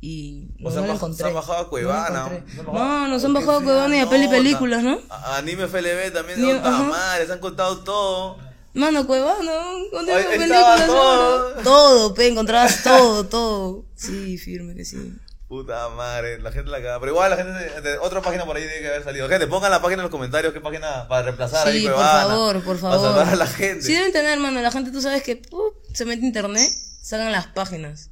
S2: Y
S1: O
S2: no,
S1: sea,
S2: no la
S1: baj-
S2: encontré.
S1: se han bajado a Cuevana.
S2: No, la encontré.
S1: ¿no?
S2: no, nos han bajado a Cuevana y a peli películas, ¿no?
S1: A- Anime FLB también,
S2: Ni-
S1: no, puta
S2: ajá.
S1: madre, se han contado todo.
S2: Mano, Cuevana, ¿dónde
S1: Ahí
S2: veo
S1: estaba
S2: películas?
S1: todo.
S2: ahora? Todo, pe, encontrabas todo, todo. Sí, firme que sí.
S1: Puta madre, la gente la caga. Pero igual la gente, de, de otra página por ahí tiene que haber salido. Gente, pongan la página en los comentarios, qué página para reemplazar ahí
S2: Sí, por
S1: Cuevana.
S2: favor, por
S1: Para
S2: favor.
S1: salvar a la gente.
S2: Sí deben tener, mano. La gente, tú sabes uh, que ¡pup! se mete a internet, sacan las páginas.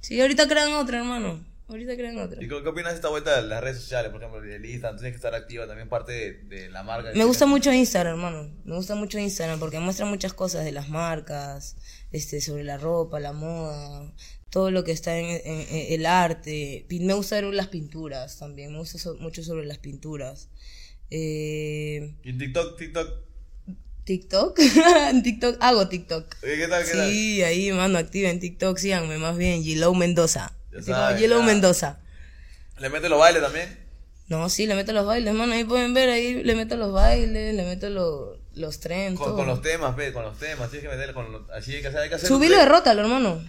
S2: Sí, ahorita crean otra, hermano. Ahorita crean otra.
S1: ¿Y qué, qué opinas de esta vuelta de las redes sociales? Por ejemplo, el Instagram, tienes que estar activa también parte de, de la marca. que
S2: Me gusta
S1: tienes.
S2: mucho Instagram, hermano. Me gusta mucho Instagram porque muestra muchas cosas de las marcas, este, sobre la ropa, la moda, todo lo que está en, en- en el arte. Pin- Me gusta ver las pinturas también. Me gusta so- mucho sobre las pinturas. Eh,
S1: Y TikTok, TikTok.
S2: TikTok, TikTok, hago TikTok.
S1: Oye, ¿qué tal, qué tal?
S2: Sí, ahí, mano, activa en TikTok, síganme más bien, Yellow Mendoza.
S1: Ya
S2: Así como
S1: saben,
S2: Yellow
S1: ya.
S2: Mendoza.
S1: ¿Le mete los bailes también?
S2: No, sí, le meto los bailes, mano, ahí pueden ver, ahí le meto los bailes, le meto lo- los trenes,
S1: Con,
S2: todo.
S1: con los temas, ve, con los temas, tienes que meterle con los... Así hay que hacer, hay que hacer...
S2: Subilo
S1: un- Ah.
S2: y rótalo, hermano.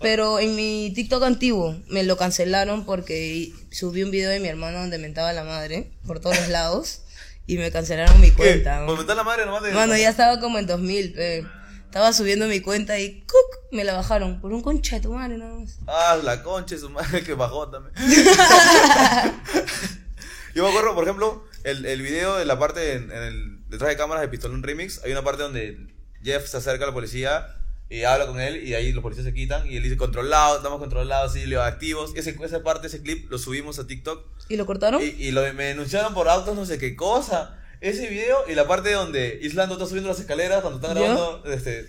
S2: Pero en mi TikTok antiguo me lo cancelaron porque subí un video de mi hermano donde mentaba la madre por todos los lados y me cancelaron mi
S1: ¿Qué?
S2: cuenta.
S1: Por meter la madre nomás de...
S2: Mano, ya estaba como en 2000, pe. Estaba subiendo mi cuenta y ¡cuc! me la bajaron por un concha de tu madre nada más.
S1: Ah, la concha, de su madre que bajó también. Yo me acuerdo, por ejemplo, el, el video de la parte en, en el detrás de cámaras de Pistolón Remix, hay una parte donde Jeff se acerca a la policía y habla con él y ahí los policías se quitan y él dice controlado, estamos controlados, sí, le va, activos. Y ese, esa parte, ese clip, lo subimos a TikTok
S2: ¿Y lo cortaron?
S1: y, y lo, me denunciaron por autos, no sé qué cosa. Ese video y la parte donde Islando está subiendo las escaleras cuando están
S2: ¿Ya?
S1: grabando, este.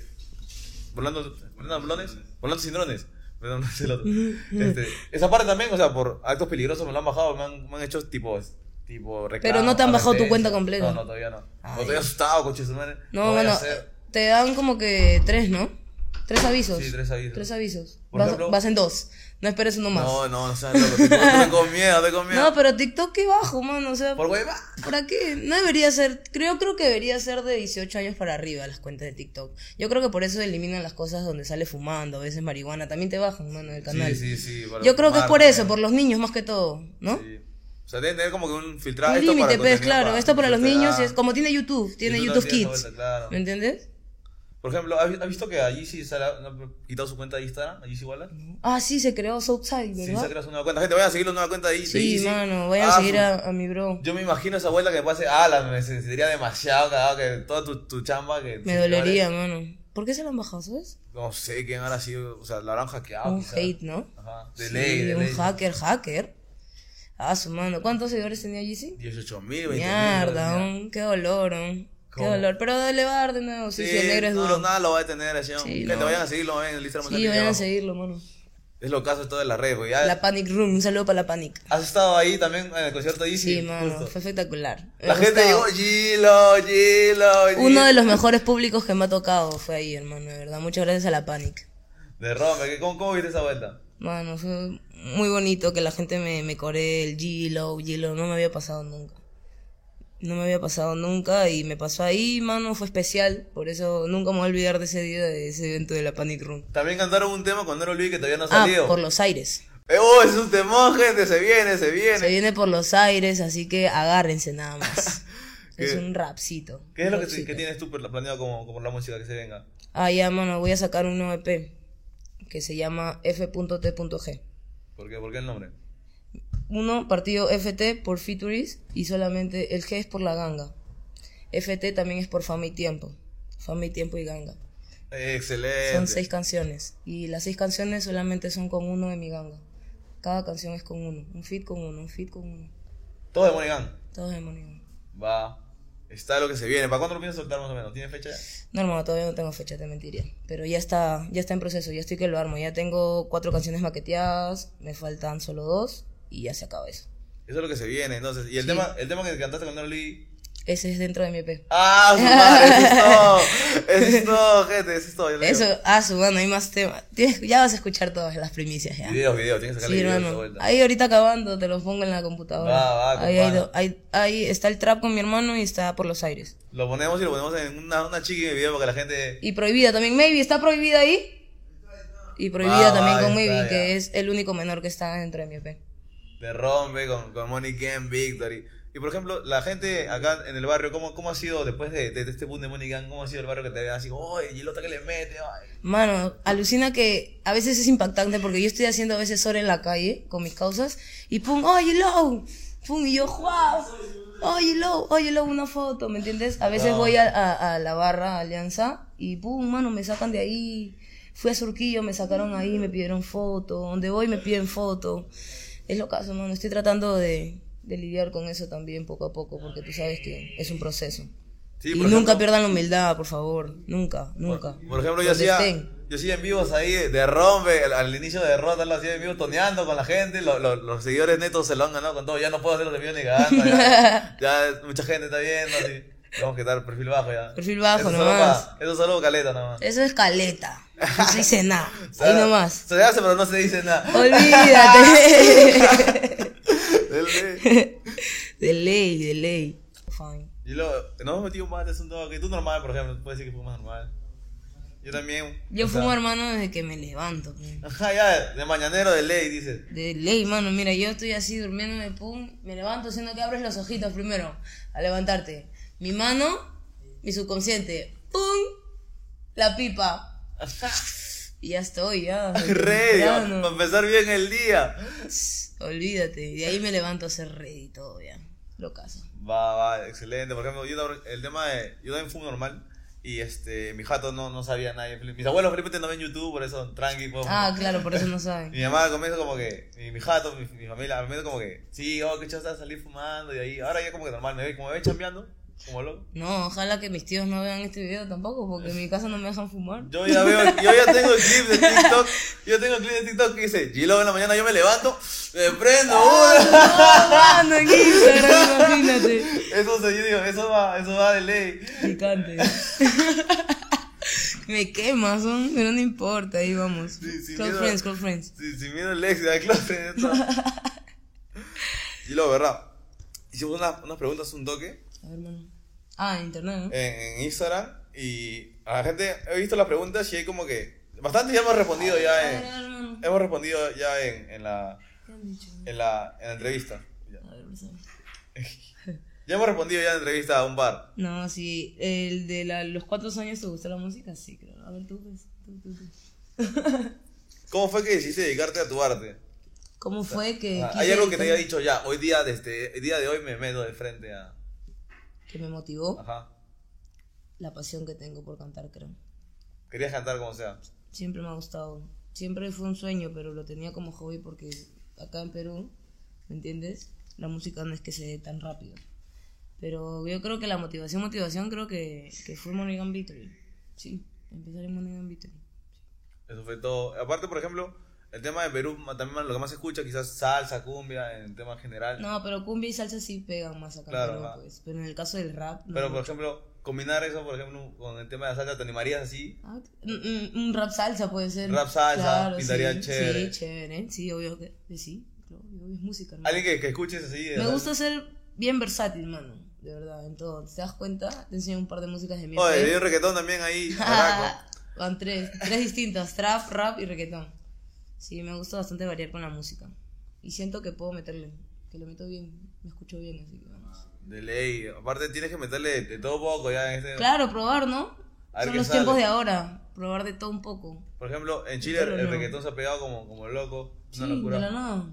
S1: Volando. ¿Volando blones? Volando sin drones. Perdón, no es el otro. Este, esa parte también, o sea, por actos peligrosos me lo han bajado, me han, me han hecho tipo. tipo reclamo,
S2: no te han bajado tu
S1: advertencia.
S2: cuenta completa.
S1: No, no, todavía no.
S2: Ah,
S1: o estoy
S2: ya.
S1: asustado, coche su madre.
S2: No,
S1: No vaya a
S2: bueno,
S1: ser.
S2: te dan como que tres, ¿no? Tres avisos.
S1: Sí, tres avisos.
S2: Tres avisos.
S1: Por
S2: Vas,
S1: ejemplo-
S2: vas en dos. No esperes uno eh, más.
S1: No, no, no seas loco. tipo, Tengo miedo, tengo miedo.
S2: No, pero TikTok qué bajo, mano. O sea,
S1: Por hueva.
S2: ¿Para qué? No debería ser, creo, creo que debería ser de 18 años para arriba las cuentas de TikTok. Yo creo que por eso eliminan las cosas donde sale fumando, a veces marihuana, también te bajan, mano, del canal.
S1: Sí, sí, sí. para
S2: Yo creo que es por
S1: fumar,
S2: eso, por los niños más que todo, ¿no?
S1: Sí. O sea, deben tener como que un filtrado.
S2: Un
S1: esto para
S2: límite, pues,
S1: contenido
S2: claro.
S1: para-
S2: Esto para los
S1: etcétera.
S2: niños es como tiene YouTube, tiene
S1: YouTube
S2: YouTube
S1: también,
S2: Kids.
S1: esa vuelta, claro.
S2: ¿Me entiendes?
S1: Por ejemplo, ¿has, vi- has visto que a Yeezy se le ha no, ha quitado su cuenta de Instagram? A Yeezy Waller.
S2: Ah, sí, se creó Southside,
S1: Sí, se ha
S2: ¿verdad?
S1: creado su nueva cuenta. Gente, vayan a seguir la nueva cuenta de Yeezy. de
S2: Sí,
S1: Yeezy.
S2: mano, vayan
S1: Ah,
S2: a seguir
S1: su-
S2: a, a mi bro.
S1: Yo me imagino esa vuelta que me pase. Ah, la, me sentiría demasiado cagado que toda tu, tu chamba. que
S2: Me dolería, mano. ¿por qué se lo han bajado, sabes?
S1: No sé quién habrá sido. O sea, la habrán hackeado.
S2: Un
S1: Ah, quizá.
S2: hate, ¿no?
S1: Ajá. De
S2: Sí,
S1: ley, de
S2: un
S1: ley.
S2: hacker, hacker. Ah, su mano. ¿Cuántos seguidores tenía Yeezy?
S1: 18 mil, 20
S2: Mierda, un, qué dolor, un, qué
S1: ¿Cómo?
S2: dolor. Pero dale bar de nuevo, sí, sí, el negro es
S1: no,
S2: duro.
S1: nada lo va a detener, así.
S2: Sí,
S1: Gente,
S2: no.
S1: vayan a seguirlo en el Instagram.
S2: sí,
S1: está
S2: vayan a
S1: abajo.
S2: seguirlo, mano.
S1: Es lo caso de todo de la red, güey. Ya-
S2: La Panic Room, un saludo para la Panic.
S1: ¿Has estado ahí también en el concierto de Yeezy?
S2: Sí, mano,
S1: Justo.
S2: fue espectacular. Me
S1: La gente llegó,
S2: gustó.
S1: Gilo, Gilo, Gilo.
S2: Uno de los mejores públicos que me ha tocado fue ahí, hermano, de verdad. Muchas gracias a la Panic.
S1: De Roma, ¿qué- ¿cómo, cómo viste esa vuelta?
S2: Mano, fue muy bonito que la gente me, me coree el G-Lo, G-Lo, no me había pasado nunca. No me había pasado nunca y me pasó ahí, mano, fue especial. Por eso nunca me voy a olvidar de ese día, de ese evento de la Panic Room.
S1: También cantaron un tema con Nero Luis que todavía no ha
S2: Ah,
S1: salido.
S2: por los aires.
S1: Eh, ¡Oh, es un temón, gente! ¡Se viene, se viene!
S2: Se viene por los aires, así que agárrense nada más. es
S1: ¿Qué?
S2: un rapcito.
S1: ¿Qué es
S2: un
S1: lo que,
S2: rapcito.
S1: que tienes tú per- planeado como, como la música que se venga?
S2: Ah, ya, mano, voy a sacar un nuevo EP que se llama F.T.G.
S1: ¿Por qué, ¿Por qué el nombre?
S2: Uno, partido FT por Featuris y solamente el G es por la ganga. FT también es por Fama y Tiempo. Fama y Tiempo y ganga.
S1: Excelente.
S2: Son seis canciones y las seis canciones solamente son con uno de mi ganga. Cada canción es con uno, un fit con uno, un fit con uno.
S1: Todo de Monigan.
S2: Todos de Money.
S1: Va. Está lo que se viene. ¿Para cuándo lo piensas soltar más o menos? ¿Tiene fecha ya?
S2: No, hermano, todavía no tengo fecha, te mentiría. Pero ya está, ya está en proceso, ya estoy que lo armo. Ya tengo cuatro canciones maqueteadas, me faltan solo dos y ya se acaba eso.
S1: Eso es lo que se viene, entonces. Y el,
S2: Sí.
S1: tema, el tema que cantaste con Nero Luis...
S2: Ese es dentro de mi EP.
S1: ¡Ah, su madre! ¡Eso es todo! ¡Eso es todo, gente! ¡Eso es todo! Yo le digo.
S2: Eso, ah, su mano, hay más temas. Tienes- ya vas a escuchar todas las primicias ya.
S1: Videos, videos, tienes que sacarle
S2: Sí,
S1: videos de esa
S2: hermano.
S1: vuelta.
S2: Ahí ahorita acabando, te los pongo en la computadora.
S1: Va, va,
S2: ahí, hay
S1: compadre.
S2: do- ahí- ahí está el trap con mi hermano y está por los aires.
S1: Lo ponemos y lo ponemos en una, una chiqui de video para que la gente.
S2: Y prohibida también, Maybe, ¿está prohibida ahí? Y prohibida
S1: Va,
S2: también
S1: va,
S2: con
S1: está,
S2: Maybe,
S1: ya.
S2: que es el único menor que está dentro de mi EP.
S1: de rompe con, con Money Gang Victory. Y por ejemplo, la gente acá en el barrio, ¿cómo, cómo ha sido después de, de este boom de Money Gang? ¿Cómo ha sido el barrio que te ve así, oye, y el otro que le mete? ay"?
S2: Mano, alucina que a veces es impactante porque yo estoy haciendo a veces hora en la calle con mis causas y pum, oye, low, pum, y yo, wow, oye, low, oye, low, una foto, ¿me entiendes? A veces
S1: Wow.
S2: voy a, a- a la barra Alianza y pum, mano, me sacan de ahí. Fui a Surquillo, me sacaron ahí, me pidieron foto. Donde voy me piden foto. es lo caso, mano. Estoy tratando de, de lidiar con eso también poco a poco, porque tú sabes que es un proceso.
S1: Sí,
S2: y
S1: por
S2: nunca
S1: ejemplo-
S2: pierdan la humildad, por favor. Nunca, nunca.
S1: Por ejemplo, yo
S2: Donde
S1: hacía,
S2: estén.
S1: yo hacía en vivos ahí de, de rompe, al, al inicio de Rota lo hacía en vivo toneando con la gente, lo- lo- los seguidores netos se lo han ganado con todo, ya no puedo hacer los envíos ni cagando, ya, ya mucha gente está viendo, así, vamos a quitar perfil bajo ya.
S2: Perfil
S1: eso
S2: bajo nomás.
S1: Solo pa- eso solo caleta nomás.
S2: Eso es caleta. No se dice nada.
S1: O sea,
S2: Ahí nomás.
S1: Se hace pero no se dice nada.
S2: Olvídate.
S1: Del- de-
S2: De ley, de ley. Fine.
S1: y luego, nos hemos metido más, es un toque, tú normal, por ejemplo, puedes decir que fumas normal. Yo también.
S2: Yo
S1: o sea,
S2: fumo hermano desde que me levanto. pe.
S1: Ajá, ya, de mañanero de ley, dices.
S2: De ley, mano. Mira, yo estoy así durmiendo de pum. Me levanto siendo que abres los ojitos primero. A levantarte. Mi mano, mi subconsciente. Pum. La pipa. Y ya estoy, ya. desde
S1: Radio, para
S2: temprano.
S1: empezar bien el día.
S2: Olvídate. De ahí me levanto a hacer ready y todo, ya. Lo caso.
S1: Va, va, excelente. Por ejemplo, yo, tam- el tema de. Yo también fumo normal. Y este, mi jato no, no sabía nadie. Mis abuelos felizmente no ven YouTube, por eso tranqui. puedo fumar.
S2: Ah, claro, por eso no saben.
S1: Mi mamá comienza como que. Mi, mi jato, mi, mi familia, al menos como que. Sí, oh, qué chasta salir fumando. Y ahí. Ahora ya como que normal, me ve, como me ve chambeando. Como loco.
S2: No, ojalá que mis tíos no vean este video tampoco, porque en mi casa no me dejan fumar.
S1: Yo ya veo, yo ya tengo clips de TikTok. Yo tengo clips de TikTok que dice, Gilo en la mañana yo me levanto, me prendo una.
S2: No, mano, en Instagram, imagínate.
S1: Eso se, yo digo, eso va, eso va de ley.
S2: Picante. Me quema, son, pero no importa, ahí vamos.
S1: Sí, sí,
S2: close
S1: mira.
S2: friends, close friends.
S1: Si, si miro el ex de la clase. ¿no? y lo verdad. Hicimos unas, unas preguntas un toque
S2: A ver, mano. Ah, en internet, ¿no?
S1: en, en Instagram. Y a la gente, he visto las preguntas y hay como que. Bastante ya hemos respondido ya
S2: A ver,
S1: en.
S2: a ver, mano.
S1: Hemos respondido ya en, en la,
S2: ¿Qué han dicho?
S1: en, la, en la entrevista. Ya.
S2: A ver, por favor.
S1: Ya hemos respondido ya en la entrevista a un bar.
S2: No, sí, el de la- los cuatro años te gusta la música, sí, claro. A ver, tú, pues, tú, tú, tú.
S1: ¿Cómo fue que decidiste dedicarte a tu arte?
S2: ¿Cómo fue que.?
S1: Ah,
S2: quise
S1: ¿Hay algo que te haya
S2: dedicarme-
S1: dicho ya? Hoy día, desde el día de hoy, me meto de frente a.
S2: Que me motivó
S1: Ajá.
S2: la pasión que tengo por cantar, creo.
S1: Querías cantar como sea.
S2: Siempre me ha gustado. Siempre fue un sueño, pero lo tenía como hobby porque acá en Perú, ¿me entiendes? La música no es que se dé tan rápido. Pero yo creo que la motivación, motivación creo que, que fue Money Victory. Sí, empezar en Money Victory.
S1: Eso fue todo. Aparte, por ejemplo, el tema de Perú, ma- también lo que más se escucha, quizás salsa, cumbia, en tema general.
S2: No, pero cumbia y salsa sí pegan más acá en
S1: Claro,
S2: Perú,
S1: ajá.
S2: pues. Pero en el caso del rap... no.
S1: Pero, pues, por ejemplo, combinar eso, por ejemplo, con el tema de la salsa, ¿te animarías así?
S2: Ah, un- un- un rap salsa puede ser.
S1: Rap salsa, pintaría
S2: sí,
S1: chévere.
S2: Sí, chévere, sí, obvio que que sí. claro, obvio, es música. ¿no?
S1: Alguien que, que escuches así. de
S2: Me
S1: salsa.
S2: gusta ser bien versátil, mano. De verdad, en todo. ¿Te das cuenta? Te enseño un par de músicas de mi
S1: Oye,
S2: EP.
S1: hay un reggaetón también ahí. carajo.
S2: Van tres. Tres distintas. Trap, rap y reggaetón. Sí, me gusta bastante variar con la música. Y siento que puedo meterle. Que lo meto bien. Me escucho bien, así que vamos.
S1: de ley. Aparte, tienes que meterle de todo poco ya en este.
S2: Claro, probar, ¿no?
S1: A ver
S2: Son
S1: qué
S2: los
S1: sale.
S2: tiempos de ahora. Probar de todo un poco.
S1: Por ejemplo, en Chile el,
S2: Pero
S1: el
S2: no.
S1: reggaetón se ha pegado como, como loco.
S2: Sí,
S1: Una
S2: de
S1: locura.
S2: la nada.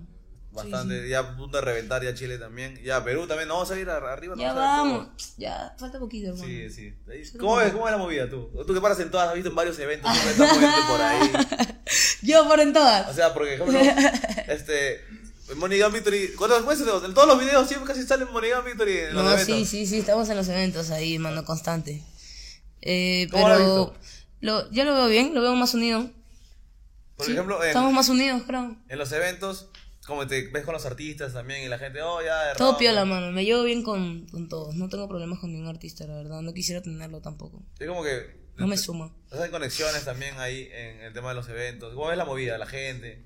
S1: Bastante. Ya a punto de reventar ya Chile también. Ya Perú también. No, vamos a ir a- arriba.
S2: Ya
S1: a ver todo.
S2: vamos. Ya, falta poquito, hermano.
S1: Sí, sí. Ahí- ¿Cómo es, ¿Cómo es la movida tú? Tú que paras en todas, has visto en varios eventos, siempre está moviéndote por ahí.
S2: Yo por en todas.
S1: O sea, porque, por ejemplo, este. Monigam Victory. ¿Cuántos meses? En todos los videos siempre casi sale Monigam Victory en los
S2: No,
S1: eventos.
S2: sí, sí, sí, estamos en los eventos ahí, mano, constante. Eh,
S1: ¿Cómo lo has
S2: pero
S1: visto?
S2: lo, yo lo veo bien, lo veo más unido.
S1: Por
S2: Sí,
S1: ejemplo,
S2: estamos
S1: en,
S2: más unidos, creo.
S1: en los eventos, como te ves con los artistas también y la gente, oh, ya, de
S2: Todo
S1: rock.
S2: piola, mano, me llevo bien con, con todos. No tengo problemas con ningún artista, la verdad. No quisiera tenerlo tampoco.
S1: Es como que.
S2: No me suma.
S1: Hacen conexiones también ahí en el tema de los eventos. ¿Cómo es la movida, la gente?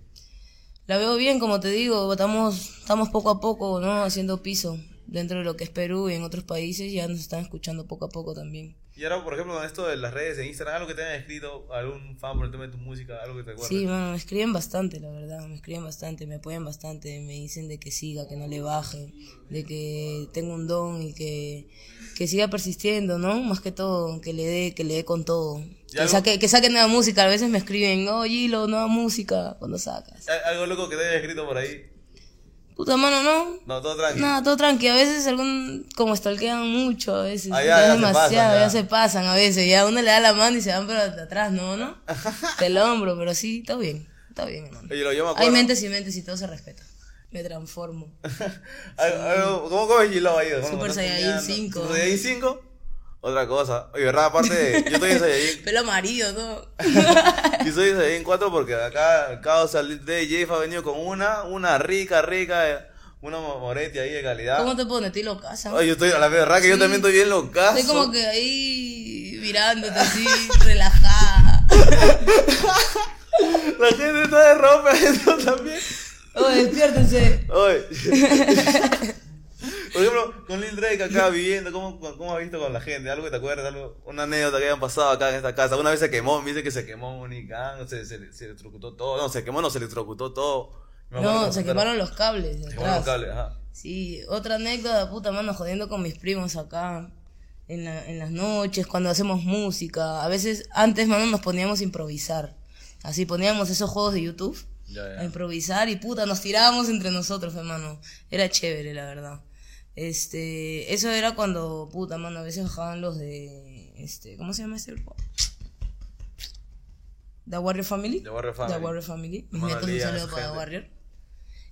S2: La veo bien, como te digo, estamos, estamos poco a poco, ¿no? Haciendo piso dentro de lo que es Perú y en otros países ya nos están escuchando poco a poco también.
S1: Y ahora, por ejemplo, con esto de las redes, en Instagram, algo que te hayan escrito, algún fan por el tema de tu música, algo que te acuerdes.
S2: Sí, mano, me escriben bastante, la verdad, me escriben bastante, me apoyan bastante, me dicen de que siga, que no le baje, de que tengo un don y que, que siga persistiendo, ¿no? Más que todo, que le dé, que le dé con todo. Que
S1: algo-
S2: saque, que saque nueva música, a veces me escriben, oh Gilo, nueva música, cuando sacas.
S1: Al- Algo loco que te hayan escrito por ahí.
S2: Puta mano, no,
S1: No, todo tranquilo.
S2: nada, todo tranqui, a veces algún, como stalkean mucho, a veces,
S1: Ah, ya, ya se
S2: demasiado,
S1: pasan, ya.
S2: ya. se pasan a veces, ya uno le da la mano y se van pero de atrás, ¿no? ¿no? Del hombro, pero sí, todo bien, todo bien, hermano.
S1: Oye, lo yo me acuerdo.
S2: Hay mentes y mentes y todo se respeta. Me transformo.
S1: Algo- ¿Cómo, cómo es Gilao ahí? ¿Cómo-
S2: Super
S1: no
S2: Saiyajin
S1: tenía-
S2: 5.
S1: ¿Super Saiyajin 5? Otra cosa. Oye, ¿verdad? Aparte, yo estoy en Saiyajin.
S2: Pelo amarillo, todo.
S1: Yo soy de Saiyajin 4 porque acá, acá o sea, el de Jeff ha venido con una, una rica, rica, eh, una mo- moretti ahí de calidad.
S2: ¿Cómo te pones? Estoy loca.
S1: Ay, yo estoy, a la verdad que yo
S2: Sí.
S1: también estoy bien locazo.
S2: Estoy como que ahí mirándote así, relajada.
S1: La gente está de ropa eso también.
S2: Oh, despiértense.
S1: Oye. Por ejemplo, con Lil Drake acá viviendo, ¿cómo, ¿cómo has visto con la gente? ¿Algo que te acuerdas? Algo, ¿Una anécdota que hayan pasado acá en esta casa? Una vez se quemó, me dice que se quemó un Icán, se, se, se electrocutó todo. No, se quemó, no, se electrocutó todo. Me acuerdo que
S2: No,
S1: me
S2: se
S1: contaron.
S2: quemaron los cables. de
S1: Se quemaron los
S2: atrás.
S1: cables, ajá.
S2: Sí, otra anécdota, puta mano, jodiendo con mis primos acá. En, la- en las noches, cuando hacemos música. A veces, antes, mano, nos poníamos a improvisar. Así poníamos esos juegos de YouTube
S1: Ya, ya.
S2: a improvisar y puta, nos tirábamos entre nosotros, hermano. Era chévere, la verdad. Este, eso era cuando, puta, mano, a veces bajaban los de, este, ¿cómo se llama ese grupo? The Warrior Family.
S1: The Warrior Family.
S2: The Warrior Family. Mis
S1: Mano,
S2: nietos, un
S1: Elías,
S2: saludo para The
S1: gente.
S2: Warrior.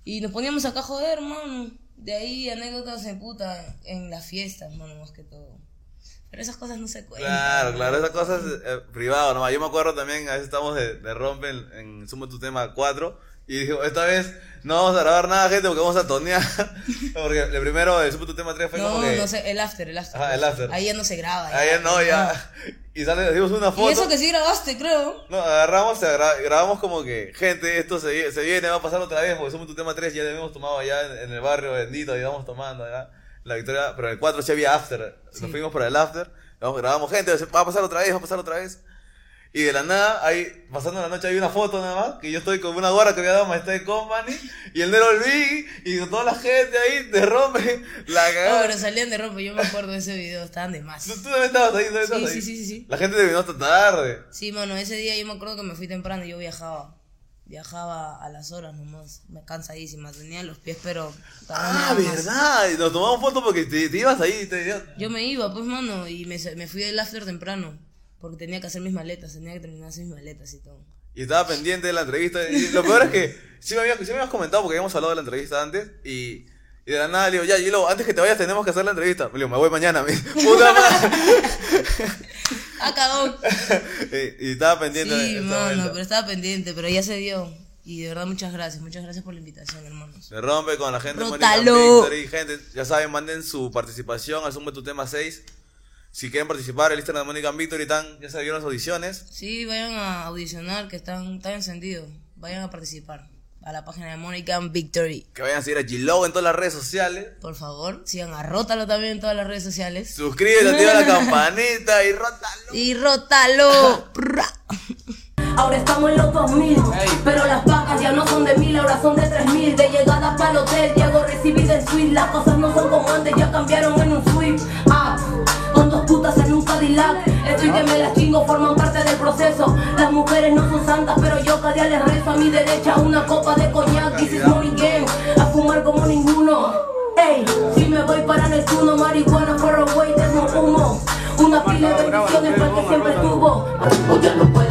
S2: Y nos poníamos acá a joder, mano. De ahí anécdotas de puta en las fiestas, mano, más que todo. Pero esas cosas no se cuentan.
S1: Claro, claro, esas cosas eh, privado nomás. Yo me acuerdo también, a veces estamos de, de rompe en, en Sumo tu tema 4 y dijo, esta vez no vamos a grabar nada, gente, porque vamos a tonear. porque el primero, el Sumo tu tema 3 fue
S2: No,
S1: como que...
S2: no sé, el after, el after.
S1: Ajá, el after.
S2: Ahí ya no se graba. ya.
S1: Ayer no, ya. Y sale, hicimos una foto.
S2: Y eso que sí grabaste, creo.
S1: No, agarramos, agra- grabamos como que, gente, esto se, vi- se viene, va a pasar otra vez, porque somos tu tema 3, ya habíamos tomado allá en, en el barrio bendito, íbamos tomando allá la victoria, pero el 4 sí había after, nos fuimos para el after, vamos, grabamos, gente, se- va a pasar otra vez, va a pasar otra vez. Y de la nada, ahí, pasando la noche, hay una foto nada más, que yo estoy con una gorra que había dado Maestad Company, y el Nero Luigi, y toda la gente ahí, te rompe la
S2: No,
S1: cagada.
S2: pero salían de ropa, yo me acuerdo de ese video, estaban de más.
S1: ¿Tú, tú también estabas ahí, ¿Tú también estabas
S2: Sí,
S1: ahí?
S2: sí, sí, sí, sí.
S1: La gente terminó hasta tarde.
S2: Sí, mano, ese día yo me acuerdo que me fui temprano y yo viajaba. Viajaba a las horas nomás, me cansadísima, tenía los pies, pero...
S1: Ah,
S2: nada más.
S1: verdad. Y Nos tomamos fotos porque te, te ibas ahí. Te, ya-
S2: Yo me iba, pues, mano, y me, me fui del after temprano, porque tenía que hacer mis maletas, tenía que terminar de hacer mis maletas y todo.
S1: y estaba pendiente de la entrevista. Y lo peor es que sí me, había, sí me habías comentado porque habíamos hablado de la entrevista antes. Y, y de la nada le digo, ya, Gilo, antes que te vayas tenemos que hacer la entrevista. Le digo, me voy mañana. Me, dice, puta madre.
S2: ¡Ah, cagón!
S1: Eh, y, y estaba pendiente de
S2: Sí,
S1: esta
S2: mano,
S1: vuelta.
S2: pero estaba pendiente, pero ya se dio. Y de verdad, muchas gracias, muchas gracias por la invitación, hermanos.
S1: Se rompe con la gente de
S2: Rótalo.
S1: Morning Victory. Gente, ya saben, manden su participación al Zoom de tu tema 6. Si quieren participar, el Instagram de Mónica Victory están, ya se vieron las audiciones.
S2: Sí, vayan a audicionar, que están, están encendidos. Vayan a participar a la página de Monica Victory.
S1: Que vayan a seguir a Gilo en todas las redes sociales.
S2: Por favor, sigan a Rótalo también en todas las redes sociales.
S1: Suscríbete, activa la campanita y rótalo.
S2: Y Rótalo. Prrra.
S3: Ahora estamos en los 2000, pero las pagas ya no son de mil, ahora son de 3000. De llegada para el hotel, llego recibida en suite. Las cosas no son como antes, ya cambiaron en un sweep. Ah, con dos putas en un Cadillac. Estoy que me las chingo, forman parte del proceso. Las mujeres no son santas, pero yo cada día les rezo a mi derecha una copa de coñac. This is money game, a fumar como ninguno. Ey, si me voy para Neptuno, marihuana, far away, tengo humo. Una pila de bendiciones para el que siempre tuvo. Hoy ya no puedo